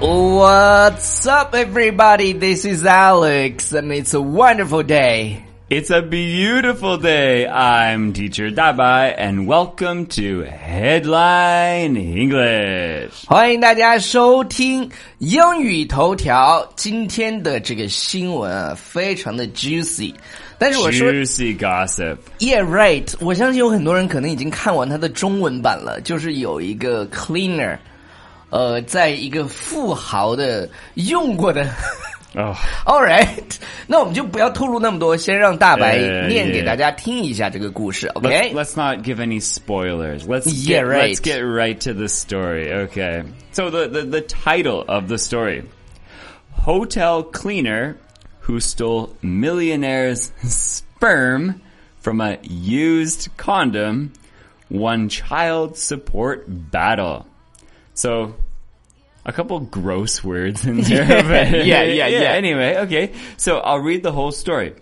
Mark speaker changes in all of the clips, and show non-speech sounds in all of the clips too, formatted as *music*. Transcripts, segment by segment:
Speaker 1: What's up, everybody? This is Alex, and it's a wonderful day.
Speaker 2: It's a beautiful day. I'm teacher Dabai and welcome to Headline English.
Speaker 1: 欢迎大家收听英语头条。今天的这个新闻啊，非常的 juicy。但是我说
Speaker 2: Juicy gossip.
Speaker 1: Yeah, right。我相信有很多人可能已经看完它的中文版了，就是有一个 cleaner，呃，在一个富豪的用过的。 *laughs*
Speaker 2: Oh,
Speaker 1: All right，那我们就不要透露那么多，先让大白
Speaker 2: Yeah,
Speaker 1: 念
Speaker 2: yeah.
Speaker 1: 给大家听一下这个故事。
Speaker 2: let's,
Speaker 1: OK，
Speaker 2: let's not give any spoilers. Let's
Speaker 1: Yeah,
Speaker 2: get,
Speaker 1: right.
Speaker 2: let's get right to the story. Okay. So the, the, the title of the story. Hotel cleaner who stole millionaire's sperm from a used condom won child support battle. So a couple gross
Speaker 1: *laughs*
Speaker 2: words in there. but-
Speaker 1: yeah,
Speaker 2: *laughs*
Speaker 1: yeah, yeah.
Speaker 2: Anyway, okay. So I'll read the whole story.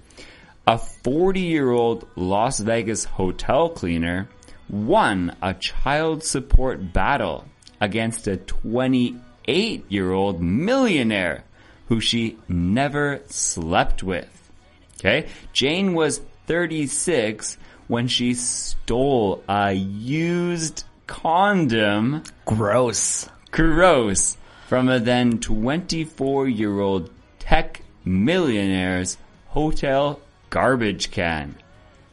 Speaker 2: A 40 year old Las Vegas hotel cleaner won a child support battle against a 28 year old millionaire who she never slept with. Okay. Jane was 36 when she stole a used condom
Speaker 1: gross。
Speaker 2: gross from a then 24 year old tech millionaire's hotel garbage can.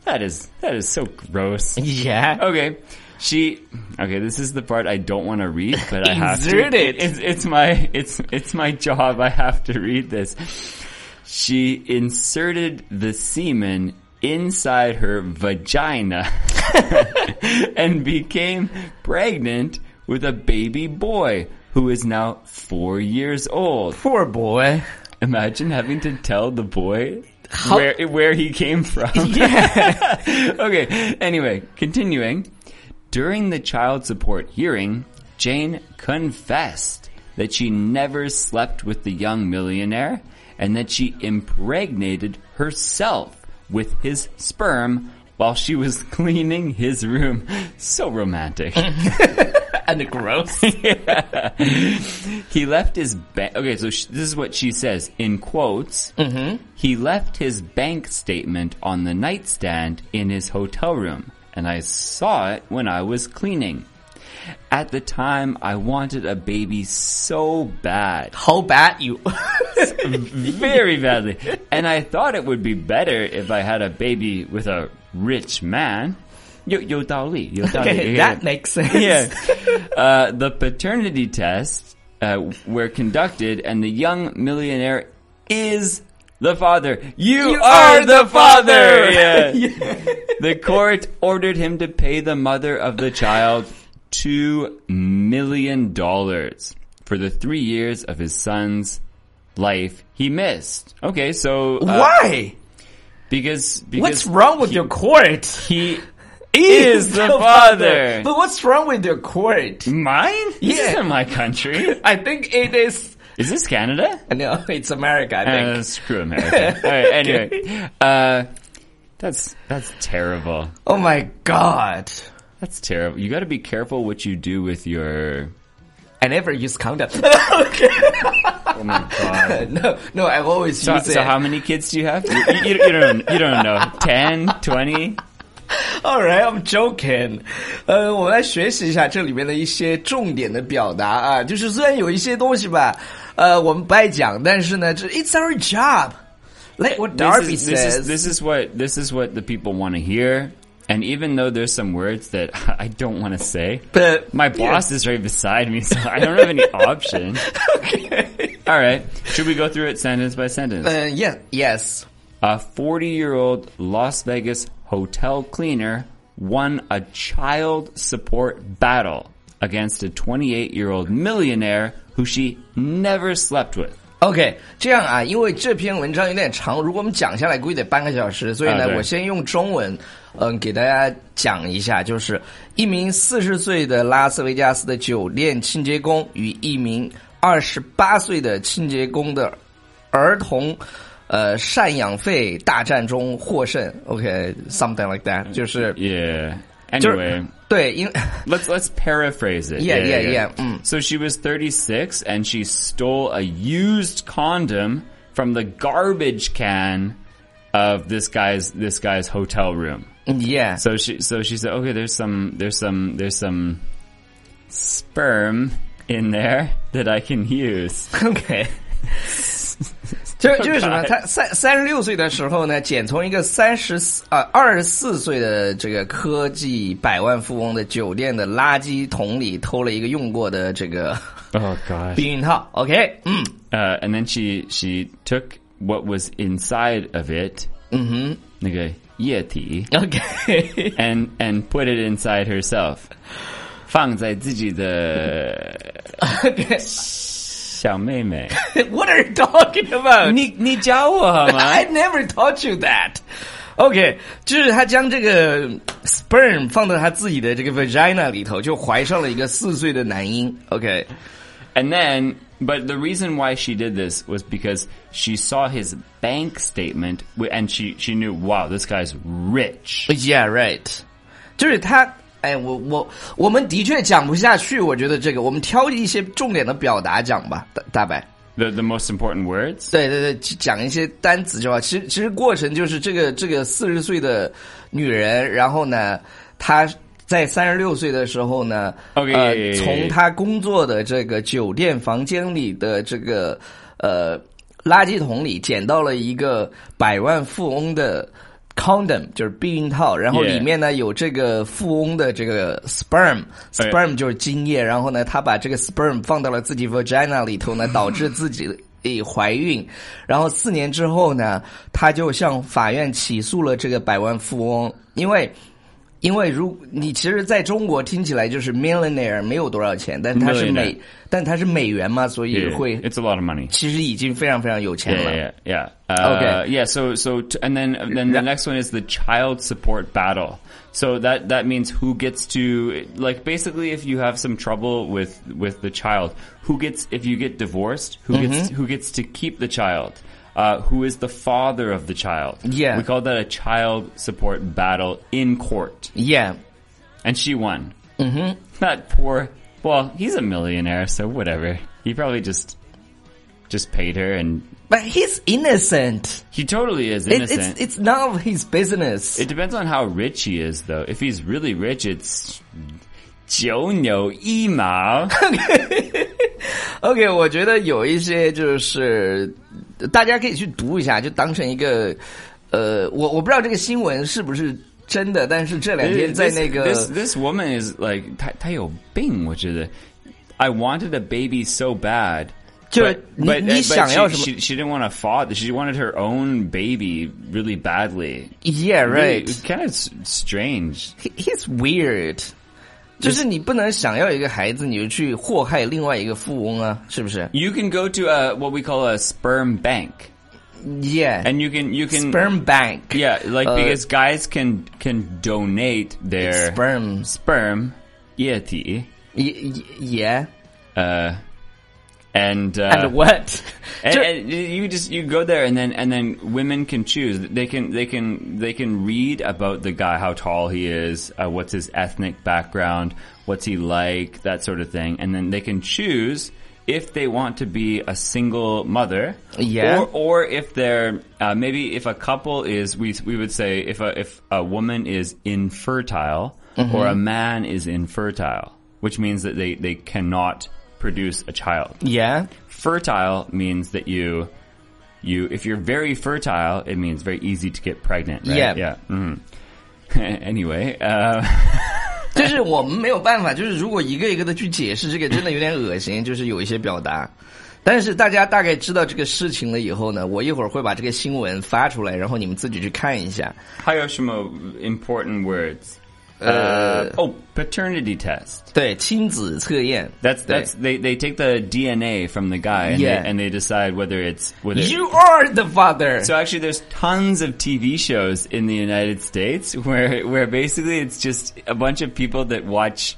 Speaker 2: That is, that is so gross.
Speaker 1: Yeah.
Speaker 2: *laughs* Okay. She, okay, this is the part I don't want to read, but I have to.
Speaker 1: Insert it.
Speaker 2: It's, it's my, it's, it's my job. I have to read this. She inserted the semen inside her vagina *laughs* and became pregnant with a baby boy who is now four years old.
Speaker 1: Poor boy.
Speaker 2: Imagine having to tell the boy where where he came from. *laughs* okay. Anyway, continuing. During the child support hearing, Jane confessed that she never slept with the young millionaire and that she impregnated herself with his sperm while she was *laughs* cleaning his room. So romantic.
Speaker 1: And *laughs* gross.
Speaker 2: He left his bank. Okay, so sh- this is what she says in quotes. Mm-hmm. He left his bank statement on the nightstand in his hotel room, and I saw it when I was cleaning. At the time, I wanted a baby so
Speaker 1: *laughs*
Speaker 2: bad,
Speaker 1: How bad
Speaker 2: *laughs*
Speaker 1: you?
Speaker 2: very badly, and I thought it would be better if I had a baby with a rich man. 有-有道理，有道理。
Speaker 1: Okay, that makes *laughs* sense.
Speaker 2: yeah. *laughs* Uh, the paternity tests uh, were conducted, and the young millionaire is the father. You, are, Oh, the
Speaker 1: *laughs*
Speaker 2: father.
Speaker 1: father.
Speaker 2: *laughs* Yeah. the court ordered him to pay the mother of the child two million dollars for the three years of his son's life he missed. Okay, so uh,
Speaker 1: Why?
Speaker 2: Because because
Speaker 1: What's wrong with your court?
Speaker 2: he
Speaker 1: *laughs*
Speaker 2: is the father.
Speaker 1: But what's wrong with your court?
Speaker 2: Mine? This
Speaker 1: Yeah.
Speaker 2: isn't
Speaker 1: *laughs*
Speaker 2: my country.
Speaker 1: I think it is.
Speaker 2: Is this Canada?
Speaker 1: No, *laughs* it's America. I think.
Speaker 2: Uh, screw America. *laughs* All right, anyway, uh, that's that's terrible.
Speaker 1: oh my god!
Speaker 2: That's terrible. You got to be careful what you do with your.
Speaker 1: I never use condom. *laughs* okay.
Speaker 2: Oh my god.
Speaker 1: No, no, I've always
Speaker 2: *laughs* So,
Speaker 1: used
Speaker 2: so
Speaker 1: it.
Speaker 2: how many kids do you have? You, you, you don't you don't *laughs* know. 10, 20?
Speaker 1: All right, I'm joking。呃，我们来学习一下这里面的一些重点的表达啊，就是虽然有一些东西吧，呃，我们不爱讲，但是呢，这 It's our job。Like what
Speaker 2: This
Speaker 1: Darby
Speaker 2: is, this
Speaker 1: says.
Speaker 2: is this is what this is what the people want to hear. And even though there's some words that *laughs* I don't want to say,
Speaker 1: But-
Speaker 2: my boss is right beside me, so I don't have *laughs* any option.
Speaker 1: *laughs*
Speaker 2: *laughs*
Speaker 1: Okay.
Speaker 2: All right, should we go through it sentence by sentence?
Speaker 1: 嗯、y e a yes.
Speaker 2: A 40 year old Las Vegas hotel cleaner won a child support battle against a 28 year old millionaire who she never slept with.
Speaker 1: OK，这样啊，因为这篇文章有点长，如果我们讲下来，估计得半个小时，所以呢，
Speaker 2: 啊对
Speaker 1: 我先用中文，嗯，给大家讲一下，就是一名四十岁的拉斯维加斯的酒店清洁工与一名二十八岁的清洁工的儿童。呃，赡养费大战中获胜，OK，something、like
Speaker 2: 嗯
Speaker 1: that，就是
Speaker 2: Yeah. Anyway,
Speaker 1: 对，因为 *laughs*
Speaker 2: let's let's paraphrase it.
Speaker 1: Yeah, yeah, yeah, mm.
Speaker 2: So she was 36 and she stole a used condom from the garbage can of this guy's this guy's hotel room.
Speaker 1: yeah
Speaker 2: So she so she said, okay, there's some there's some there's some sperm in there that I can use.
Speaker 1: OK，就是就是什么？他三三十六岁的时候呢，简从一个三十四啊二十四岁的这个科技百万富翁的酒店的垃圾桶里偷了一个用过的这个
Speaker 2: Oh gosh.
Speaker 1: 避孕套。OK，嗯
Speaker 2: Uh, and then she she took what was inside of it,
Speaker 1: 嗯
Speaker 2: like yeti,
Speaker 1: 哼，OK， *laughs*
Speaker 2: and and put it inside herself. 放在自己的小妹妹。
Speaker 1: What are you talking about?
Speaker 2: 你你教我好吗？
Speaker 1: *laughs*
Speaker 2: *laughs*
Speaker 1: I never taught you that. OK，就是他将这个 sperm 放到他自己的这个 vagina 里头，就怀上了一个四岁的男婴。OK，
Speaker 2: And then, but the reason why she did this was because she saw his bank statement wi- and she, she knew, wow, this guy's rich.
Speaker 1: Yeah, right. 就是他，哎，我我我们的确讲不下去，我觉得这个我们挑一些重点的表达讲吧，大大白。
Speaker 2: The, the most important words.
Speaker 1: 对对对，讲一些单词就好。其实其实过程就是这个这个四十岁的女人，然后呢，她在三十六岁的时候呢
Speaker 2: OK，
Speaker 1: 呃，从她工作的这个酒店房间里的这个呃垃圾桶里捡到了一个百万富翁的 condom，就是避孕套，然后
Speaker 2: Yeah
Speaker 1: 里面呢有这个富翁的这个 sperm。
Speaker 2: 哎
Speaker 1: sperm 就是精液，然后呢，她把这个 sperm 放到了自己 vagina 里头
Speaker 2: *laughs*
Speaker 1: 呢，导致自己诶怀孕。然后四年之后呢，她就向法院起诉了这个百万富翁，因为。因为如你其实在中国听起来就是 millionaire 没有多少钱，但他是美
Speaker 2: Millionaire，
Speaker 1: 但他是美元嘛，所以
Speaker 2: Yeah,
Speaker 1: 会
Speaker 2: it's a lot of money.
Speaker 1: 其实已经非常非常有钱
Speaker 2: Yeah,
Speaker 1: 了。
Speaker 2: yeah, yeah. Uh,
Speaker 1: Okay.
Speaker 2: Yeah. So, so, t- and then, then the next one is the child support battle. So that that means who gets to like basically if you have some trouble with with the child, who gets if you get divorced, who
Speaker 1: Mm-hmm.
Speaker 2: gets who gets to keep the child, uh, who is the father of the child.
Speaker 1: Yeah.
Speaker 2: We call that a child support battle in court,
Speaker 1: yeah.
Speaker 2: and she won. Mm-hmm. That poor. Well, he's a millionaire, so whatever. He probably just just paid her and
Speaker 1: But he's innocent.
Speaker 2: he totally is
Speaker 1: It,
Speaker 2: innocent.
Speaker 1: it's it's none of his business.
Speaker 2: it depends on how rich he is, though. If he's really rich, it's Jono Imao.
Speaker 1: OK，我觉得有一些就是大家可以去读一下，就当成一个呃，我我不知道这个新闻是不是真的，但是这两天
Speaker 2: this,
Speaker 1: 在那
Speaker 2: this,
Speaker 1: 个
Speaker 2: this this woman is like "Ta- 她有病，我觉得。I wanted a baby so bad.
Speaker 1: 就是
Speaker 2: but-
Speaker 1: 你
Speaker 2: but,
Speaker 1: 你
Speaker 2: but
Speaker 1: 想要
Speaker 2: she,
Speaker 1: 什么
Speaker 2: she, she didn't want a father. She wanted her own baby really badly.
Speaker 1: ？Yeah,
Speaker 2: Really,
Speaker 1: right.
Speaker 2: it's kind of s- strange.
Speaker 1: He- He's weird. 就是你不能想要一个孩子，你就去祸害另外一个富翁啊，是不是
Speaker 2: You can go to a, what we call a sperm bank,
Speaker 1: ？Yeah,
Speaker 2: and you can you can
Speaker 1: sperm bank.
Speaker 2: Yeah, like
Speaker 1: Uh,
Speaker 2: because guys can can donate their
Speaker 1: sperms.
Speaker 2: sperm yeti,
Speaker 1: Y- y- Yeah,
Speaker 2: uh, and uh,
Speaker 1: and what?
Speaker 2: and-
Speaker 1: 就
Speaker 2: and you just you go there and then and then women can choose. They can they can they can read about the guy, how tall he is, uh, what's his ethnic background, what's he like, that sort of thing, and then they can choose if they want to be a single mother,
Speaker 1: Yeah.
Speaker 2: or or if they're uh, maybe if a couple is we we would say if a if a woman is infertile or a man is infertile, which means that they they cannot produce a child
Speaker 1: yeah.
Speaker 2: fertile means that you you if you're very fertile it means very easy to get pregnant right?
Speaker 1: Yeah.
Speaker 2: yeah mhm. *laughs* anyway uh
Speaker 1: *laughs* 就是我们没有办法，就是如果一个一个的去解释这个，真的有点恶心，就是有一些表达。但是大家大概知道这个事情了以后呢，我一会儿会把这个新闻发出来，然后你们自己去看一下。
Speaker 2: hayoshimo important words uh, oh paternity test
Speaker 1: 对，亲子测验。
Speaker 2: that's
Speaker 1: 对
Speaker 2: that's they, they take the dna from the guy and,
Speaker 1: Yeah.
Speaker 2: they, and they decide whether it's whether
Speaker 1: *laughs* You are the father.
Speaker 2: So actually, there's tons of TV shows in the United States where where basically it's just a bunch of people that watch.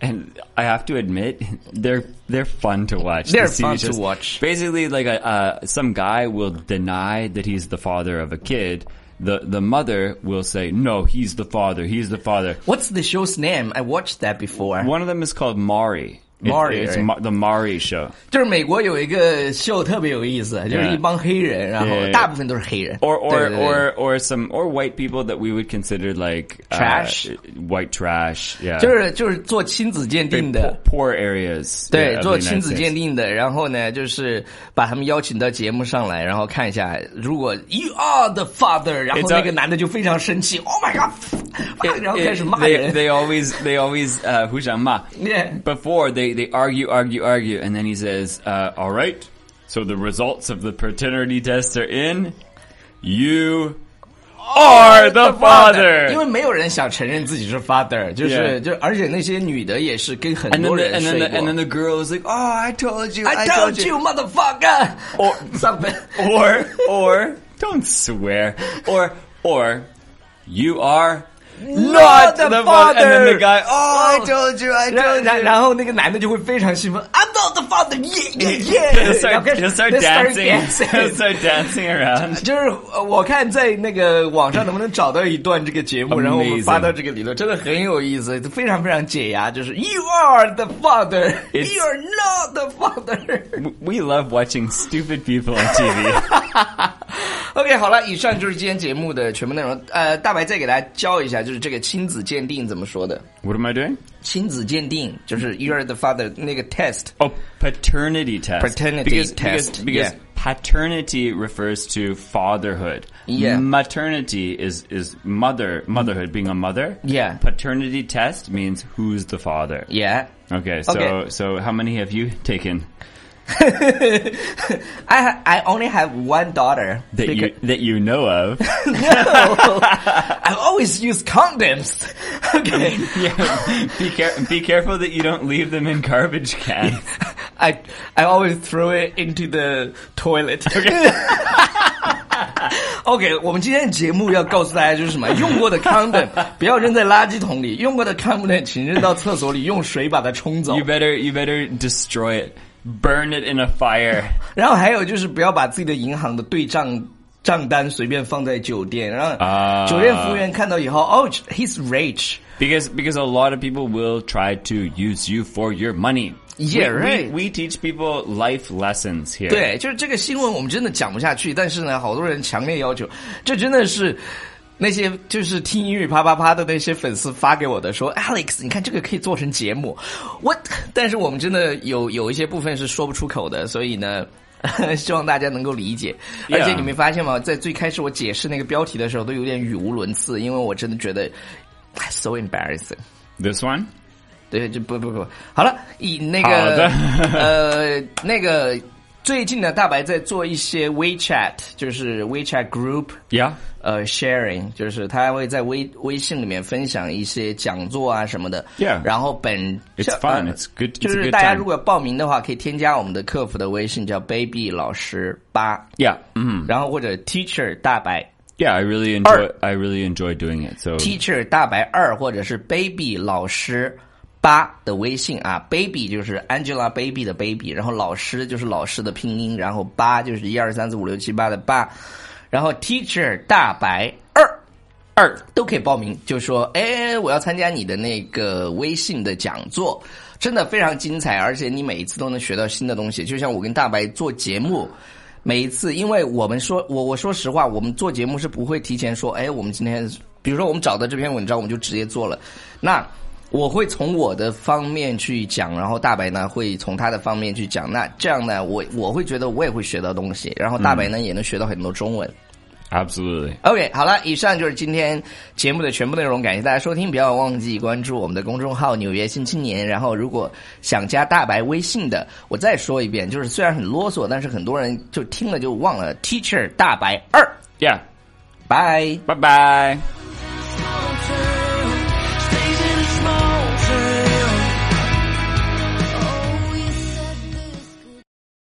Speaker 2: And I have to admit, they're they're fun to watch.
Speaker 1: They're
Speaker 2: these
Speaker 1: fun
Speaker 2: TV shows.
Speaker 1: to watch.
Speaker 2: uh, Basically, like a, uh, some guy will deny that he's the father of a kid, the the mother will say, "No, he's the father. He's the father."
Speaker 1: What's the show's name? I watched that before.
Speaker 2: One of them is called Mari. It-
Speaker 1: Mari,
Speaker 2: it's
Speaker 1: right.
Speaker 2: Ma- the Mari show.
Speaker 1: 就是美国有一个秀特别有意思，就是一帮黑人，然后
Speaker 2: Yeah.
Speaker 1: 大部分都是黑人
Speaker 2: or or
Speaker 1: 对对对
Speaker 2: or or some or white people that we would consider like uh,
Speaker 1: Trash?
Speaker 2: white trash, yeah,
Speaker 1: 就是就是做亲子鉴
Speaker 2: Very
Speaker 1: 定
Speaker 2: poor,
Speaker 1: 的。
Speaker 2: poor areas.
Speaker 1: 对
Speaker 2: yeah,，of
Speaker 1: 做
Speaker 2: the
Speaker 1: 亲
Speaker 2: United
Speaker 1: 子
Speaker 2: States.
Speaker 1: 鉴定的，然后呢，就是把他们邀请到节目上来，然后看一下，如果 you are the father，然后
Speaker 2: It's a-
Speaker 1: 那个男的就非常生气，Oh my god，然后
Speaker 2: It-
Speaker 1: 开始骂
Speaker 2: they,
Speaker 1: 人。
Speaker 2: they always they always uh, 互相骂.
Speaker 1: Yeah.
Speaker 2: Before they they argue argue argue, and then he says, uh, "All right, so the results of the paternity test are in. You are the father."
Speaker 1: 因为没有人想承认自己是 father，就是
Speaker 2: Yeah.
Speaker 1: 就而且那些女的也是跟很
Speaker 2: And
Speaker 1: 多
Speaker 2: then, the,
Speaker 1: 人
Speaker 2: and,
Speaker 1: 睡过。
Speaker 2: then the, and then the girl is like, "Oh, I told you,
Speaker 1: I told you, motherfucker.
Speaker 2: Or-
Speaker 1: something.
Speaker 2: or or don't swear or or you are not the, father. And then the guy, oh, I told you, I
Speaker 1: 然
Speaker 2: *laughs* told
Speaker 1: 然
Speaker 2: you.
Speaker 1: 然后那个男的就会非常兴奋，I'm not the father, yeah yeah
Speaker 2: He'll
Speaker 1: yeah，然后
Speaker 2: start,
Speaker 1: 开始
Speaker 2: he'll start
Speaker 1: they start
Speaker 2: dancing. He'll *laughs* start dancing around.
Speaker 1: 就是呃我看在那个网上能不能找到一段这个节目，然后我们
Speaker 2: Amazing
Speaker 1: 发到这个理论，真的很有意思，非常非常解压。就是 You are the father,
Speaker 2: It's-
Speaker 1: you are not the father。 *laughs*
Speaker 2: W- We love watching stupid people on TV.
Speaker 1: OK，好了，以上就是今天节目的全部内容。呃，大白再给大家教一下，就是这个亲子鉴定怎么说的。
Speaker 2: *laughs* what am I doing?
Speaker 1: 亲子鉴定就是 You are the father 那个 test。
Speaker 2: Oh, paternity test.
Speaker 1: Paternity
Speaker 2: because,
Speaker 1: test,
Speaker 2: Because,
Speaker 1: yeah.
Speaker 2: because paternity refers to fatherhood.
Speaker 1: Yeah.
Speaker 2: Maternity is is mother motherhood being a mother.
Speaker 1: Yeah.
Speaker 2: Paternity test means who's the father.
Speaker 1: Yeah,
Speaker 2: Okay, so
Speaker 1: Okay.
Speaker 2: so how many have you taken
Speaker 1: I I only have one daughter.
Speaker 2: that
Speaker 1: because-
Speaker 2: you that you know of?
Speaker 1: *laughs* no, I always use condoms. *laughs* Okay,
Speaker 2: yeah, be care- be careful that you don't leave them in garbage cans.
Speaker 1: I I always throw it into the toilet. *laughs*
Speaker 2: Okay.
Speaker 1: OK，我们今天的节目要告诉大家就是什么？用过的
Speaker 2: *laughs*
Speaker 1: condom 不要扔在垃圾桶里，用过的 condom 请扔到厕所里，用水把它冲走
Speaker 2: *laughs* You。better you better destroy it, burn it in a fire.
Speaker 1: 然后还有就是不要把自己的银行的对账账单随便放在酒店，然
Speaker 2: 啊
Speaker 1: 后酒店服务员看到以后，哦，he's rich。
Speaker 2: Because because a lot of people will try to use you for your money.
Speaker 1: Yeah,
Speaker 2: We- we-
Speaker 1: right.
Speaker 2: We, teach people life lessons here.
Speaker 1: 对，就是这个新闻我们真的讲不下去，但是呢，好多人强烈要求，这真的是。那些就是听英语啪啪啪的那些粉丝发给我的说，Alex，你看这个可以做成节目，我，但是我们真的有有一些部分是说不出口的，所以呢， *laughs* 希望大家能够理解。而且
Speaker 2: Yeah.
Speaker 1: 你没发现吗？在最开始我解释那个标题的时候，都有点语无伦次，因为我真的觉得哎 so embarrassing。
Speaker 2: This one.
Speaker 1: 对，就不不不，好了，以那
Speaker 2: 好
Speaker 1: 个
Speaker 2: 的
Speaker 1: 呃那个最近呢，大白在做一些 WeChat，就是 WeChat Group。
Speaker 2: Yeah.
Speaker 1: 呃，sharing 就是他会在微微信里面分享一些讲座啊什么的。
Speaker 2: Yeah.
Speaker 1: 然后本
Speaker 2: It's
Speaker 1: 像
Speaker 2: fun.
Speaker 1: 呃
Speaker 2: It's good- it's a
Speaker 1: 就是
Speaker 2: good
Speaker 1: 大家
Speaker 2: time.
Speaker 1: 如果要报名的话，可以添加我们的客服的微信，叫 baby 老师八。
Speaker 2: Yeah. Mm.
Speaker 1: 然后或者 teacher 大白
Speaker 2: Yeah. I really enjoy. I really enjoy doing it. So
Speaker 1: teacher 大白二，或者是 baby 老师八的微信啊，baby 就是 Angelababy 的 baby，然后老师就是老师的拼音，然后八就是一二三四五六七八的八，然后 teacher 大白二。
Speaker 2: Art.
Speaker 1: 都可以报名，就说哎，我要参加你的那个微信的讲座，真的非常精彩，而且你每一次都能学到新的东西。就像我跟大白做节目，每一次，因为我们说，我我说实话，我们做节目是不会提前说，哎，我们今天，比如说我们找到这篇文章，我们就直接做了，那。我会从我的方面去讲，然后大白呢会从他的方面去讲。那这样呢，我我会觉得我也会学到东西，然后大白呢、也能学到很多中文。
Speaker 2: Absolutely.
Speaker 1: OK，好了，以上就是今天节目的全部内容，感谢大家收听，不要忘记关注我们的公众号《纽约新青年》。然后，如果想加大白微信的，我再说一遍，就是虽然很啰嗦，但是很多人就听了就忘了。Teacher 大白二，
Speaker 2: Yeah.
Speaker 1: 拜。
Speaker 2: Bye bye.